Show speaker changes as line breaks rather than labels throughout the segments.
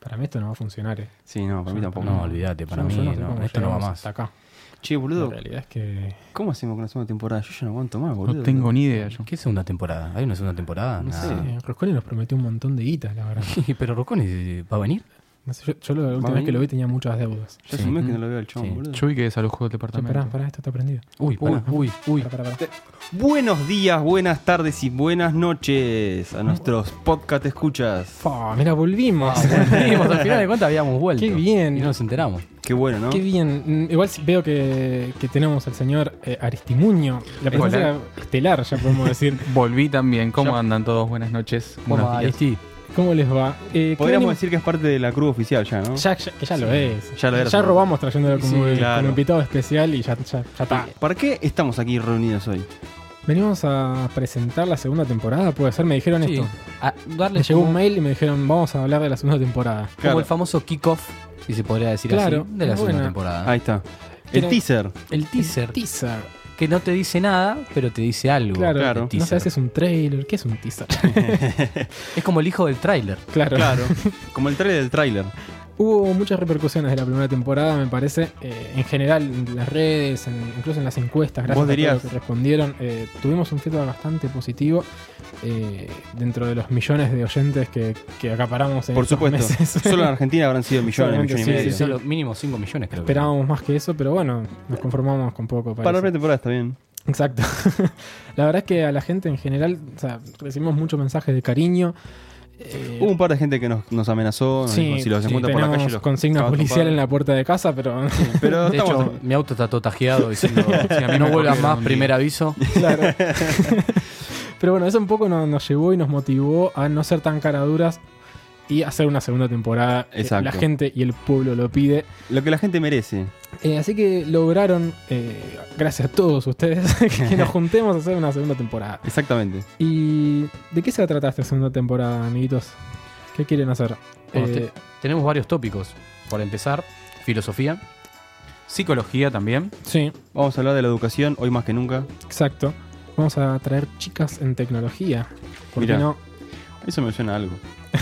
para mí esto no va a funcionar. eh.
Sí, no, para mí tampoco.
No, olvídate, para
Yo-
mí
yo no sé
no,
cómo
esto no va
llegamos
más.
hasta acá.
Che,
La
boludo,
realidad es que
¿cómo hacemos con la segunda temporada? Yo ya no aguanto más, boludo.
No tengo ni idea yo.
¿Qué segunda temporada? ¿Hay una segunda temporada?
No sé.
Nah.
eh, Rosconi nos prometió un montón de guita, la verdad.
Sí, Pero Rosconi, ¿va a venir?
No sé, yo, yo la última
venir?
vez que lo vi tenía muchas deudas.
Ya hace un mes que no lo veo al chabón,
Sí.
boludo.
Yo vi que desalojó el
Che, pará,
departamento.
pará, esto está prendido. Uh,
Uy, pará, uy, uy.
Pará, pará, pará.
Buenos días, buenas tardes y buenas noches a nuestros podcast escuchas.
Fa, mira, volvimos.
Volvimos, al final de cuentas habíamos vuelto.
Qué bien.
Ah, Y no nos enteramos.
Qué bueno, ¿no?
Qué bien. Mm, Igual si- veo que, que tenemos al señor eh, Aristimuño. La presencia estelar, ya podemos decir.
Volví también. ¿Cómo
Ya-
andan todos? Buenas noches.
Bueno, este,
Buenos días.
Aristi,
¿Cómo les va? Eh, ¿qué
Podríamos
ánimo-
decir que es parte de la cruz oficial ya, ¿no?
Ya, ya- que ya lo es.
Ya lo era.
robamos trayéndolo como,
Sí,
el-
claro.
como invitado especial y ya, ya, ya está.
Ah, ¿Para qué estamos aquí reunidos hoy?
Venimos a presentar la segunda temporada, puede ser. Me dijeron
sí,
esto.
a darle
Me llegó
como-
un mail y me dijeron, vamos a hablar de la segunda temporada.
como
Claro.
el famoso kickoff, si se podría decir
Claro,
así, de la
es
segunda
buena.
temporada.
Ahí está. El
Tiene-
teaser.
el teaser,
Teaser.
que no te dice nada, pero te dice algo.
Claro.
Claro.
el
No
teaser.
sabes si es un trailer. ¿Qué es un teaser?
Es como el hijo del tráiler.
claro.
Claro. Como el trailer del trailer.
Hubo muchas repercusiones de la primera temporada, me parece. eh, en general, en las redes, en- incluso en las encuestas, gracias
Vos
a todos los
dirías-
que respondieron. eh, tuvimos un feedback bastante positivo eh, dentro de los millones de oyentes que, que acaparamos en
Por
estos
supuesto.
meses.
Solo en Argentina habrán sido millones,
Solamente,
millones y
sí,
medio.
sí, sí.
Solo mínimo 5 millones, creo. que.
Esperábamos más que eso, pero bueno, nos conformamos con poco.
Para la
parece.
primera temporada está bien.
Exacto. la verdad es que a la gente en general, o sea, recibimos muchos mensajes de cariño. eh,
Hubo un par de gente que nos, nos amenazó. nos dijo, si los
sí,
encuentran por la
tenemos
calle, los.
consigna
estaba
policial
topado".
en la puerta de casa, pero
Pero
De
estamos.
hecho, mi auto está todo tajeado diciendo,
Sí, a mí
no
me
vuelvas
cogieron
más,
un
primer
día.
aviso.
Claro. Pero bueno, eso un poco no- nos, llevó y nos motivó a no ser tan caraduras y hacer una segunda temporada. Eh,
Exacto.
La gente y el pueblo lo pide.
Lo que la gente merece.
Eh, así que lograron, eh, gracias a todos ustedes, que nos juntemos a hacer una segunda temporada.
Exactamente.
¿Y de qué se va a tratar esta segunda temporada, amiguitos? ¿Qué quieren hacer?
Bueno,
Eh,
Tenemos varios tópicos. Por empezar, filosofía.
Psicología también.
sí,
Vamos a hablar de la educación hoy más que nunca.
exacto. Vamos a traer chicas en tecnología. ¿Por qué
Mirá.
no?
Eso me suena a algo.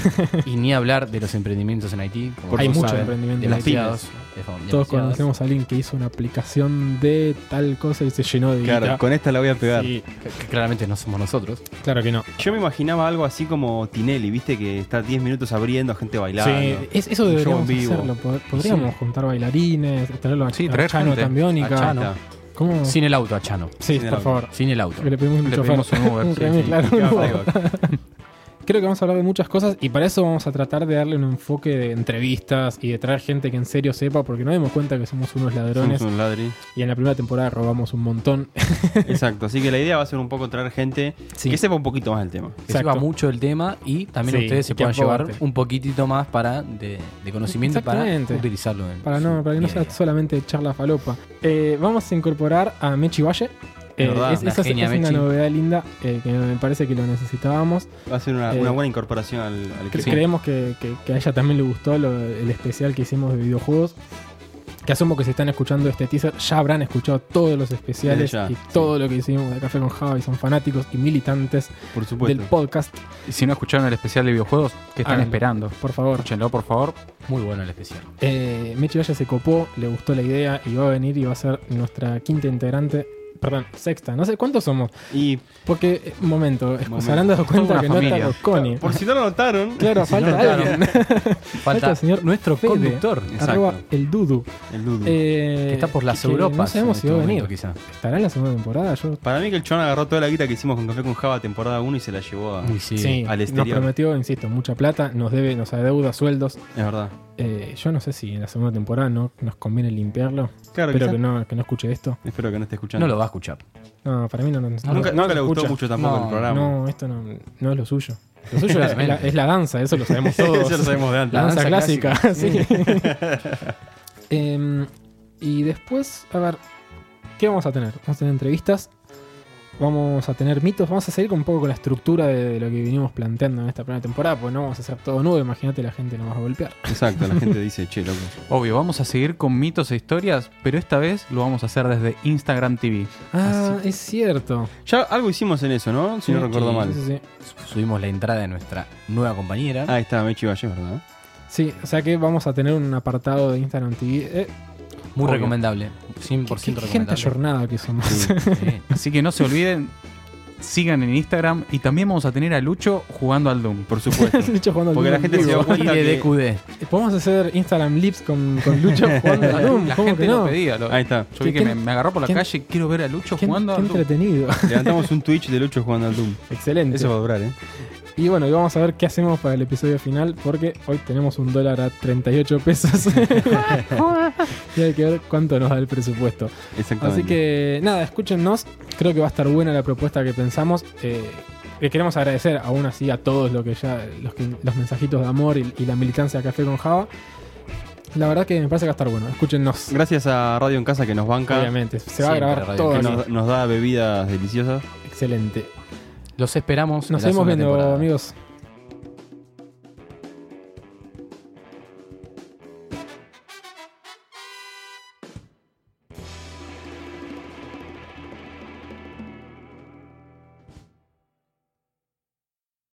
Y ni hablar de los emprendimientos en Haití. como
Por
Hay
todos
mucho
saben,
emprendimiento en Haití.
Demasiados. Demasiados.
Todos conocemos a alguien que hizo una aplicación de tal cosa y se llenó de guita.
Claro, con esta la voy a pegar.
Sí,
Que claramente no somos nosotros.
claro que no.
Yo me imaginaba algo así como Tinelli, viste, que está 10 minutos abriendo, gente bailando. Ah,
Sí, es- eso
Un show
deberíamos
en vivo.
hacerlo. pod- Podríamos
Sí.
juntar bailarines, traerlo a,
Sí,
a
traer
Chano
gente.
Tambiónica.
A Chano.
Está.
¿Cómo?
Sin el auto, a Chano.
sí,
sin el
por
auto.
favor.
Sin el auto.
Le pedimos un
Le
chofer.
pedimos un Uber,
Un
sí,
camión,
sí.
claro, un
Claro,
Uber.
playback.
Creo que vamos a hablar de muchas cosas y para eso vamos a tratar de darle un enfoque de entrevistas y de traer gente que en serio sepa, porque nos dimos cuenta que somos unos ladrones
Somos un ladri.
y en la primera temporada robamos un montón.
Exacto, así que la idea va a ser un poco traer gente
Sí.
que sepa un poquito más del tema.
Que sepa
Exacto.
mucho el tema y también
Sí,
ustedes se
que
puedan llevar
aporte.
un poquitito más para de, de conocimiento y para
Exactamente.
utilizarlo. En
Para,
su
no, para que no
día a
sea
día.
solamente charla falopa. Eh, vamos a incorporar a Mechi Valle. Eh,
Verdad,
es,
una
esa es-
genia,
es una
Mechi.
novedad linda eh, que me parece que lo necesitábamos.
Va a ser una,
Eh,
una buena incorporación al, al
Cre-
equipo.
Creemos que, que- que a ella también le gustó lo- el especial que hicimos de videojuegos. Que asumo que si están escuchando este teaser ya habrán escuchado todos los especiales
Desde ya,
y
sí.
todo lo que hicimos de Café con Java y son fanáticos y militantes
Por supuesto.
del podcast.
Y si no escucharon el especial de videojuegos, ¿qué están
Háganlo.
esperando?
Por favor,
Escúchenlo, por favor.
Muy bueno el especial.
Eh, Mechi Valle se copó, le gustó la idea y va a venir y va a ser nuestra quinta integrante. Perdón, sexta, no sé cuántos somos.
Y
Porque, eh, un momento,
Momento.
se habrán dado cuenta
una
que no
familia.
está Rosconi.
por si no lo notaron,
Claro, falta alguien.
Falta
el señor
nuestro
Fede.
conductor.
Exacto.
Arroba el Dudu.
el Dudu.
Eh,
Mm. Que está por las
que
Europas.
No sabemos
en
si
este
va a
momento,
venir.
Quizá.
¿Estará en la segunda temporada? Yo,
Para mí que el chon agarró toda la guita que hicimos con Café con Java temporada 1 y se la llevó a...
Uy, sí.
sí,
al
nos
exterior.
prometió, insisto, mucha plata. Nos debe, nos adeuda sueldos.
Es verdad.
Eh, yo no sé si en la segunda temporada no nos conviene limpiarlo.
Claro,
Espero
quizá-
que no, que no escuche esto.
Espero que no esté escuchando.
No lo va a escuchar.
No, para mí no. no no-
nunca
no
nunca
se
le gustó
escucha.
mucho tampoco
No,
el programa.
No, esto no, no es lo suyo. Lo suyo es, la,
Claramente.
es la danza, eso lo sabemos todos.
Eso lo sabemos de antes.
La danza,
danza
clásica,
clásica.
sí. Em, y después, a ver, ¿qué vamos a tener? Vamos a tener entrevistas, vamos a tener mitos, vamos a seguir con un poco con la estructura de, de lo que vinimos planteando en esta primera temporada, porque no vamos a hacer todo nuevo, imagínate la gente nos va a golpear.
Exacto, la gente dice, che, loco.
Obvio, vamos a seguir con mitos e historias, pero esta vez lo vamos a hacer desde Instagram TV.
Ah, es cierto.
Ya algo hicimos en eso, ¿no? Si no
Sí,
recuerdo
sí,
mal.
Sí, sí, sí. Ah,
Subimos la entrada de nuestra nueva compañera.
Ahí está, Mechi Valle, ¿verdad?
Sí, o sea que vamos a tener un apartado de Instagram TV. Eh,
Muy
Obvio.
recomendable. 100%
qué- qué gente
recomendable.
ayornada que somos.
Sí.
Así que no se olviden, sigan en Instagram y también vamos a tener a Lucho jugando al Doom.
Por supuesto.
Lucho jugando al
Porque la
Doom
gente
en
se
vivo.
dio cuenta
Y de
que...
DQD.
Podemos hacer Instagram Lips con, con Lucho jugando al Doom.
la
¿Cómo
gente
que
lo
no?
pedía. lo-
Ahí está.
yo vi que
¿Quién-
me, me agarró por la
quién-
calle, quiero ver a Lucho
Qué,
jugando
qué
al Doom.
entretenido.
Levantamos un Twitch de Lucho jugando al Doom.
Excelente.
Eso va a durar, ¿eh?
Y bueno, y vamos a ver qué hacemos para el episodio final, porque hoy tenemos un dólar a 38 pesos. y hay que ver cuánto nos da el presupuesto.
Exactamente.
Así que nada, escúchennos. Creo que va a estar buena la propuesta que pensamos. Eh, le queremos agradecer aún así a todos lo que ya, los, que- los mensajitos de amor y, y la militancia de Café con Java. La verdad que me parece que va a estar bueno. Escúchennos.
Gracias a Radio en Casa que nos banca,
Obviamente, se va a
Siempre
grabar
Radio
todo.
que
aquí.
nos, nos da bebidas deliciosas.
Excelente.
Los esperamos. en
Nos
la
seguimos
segunda
viendo,
temporada.
amigos.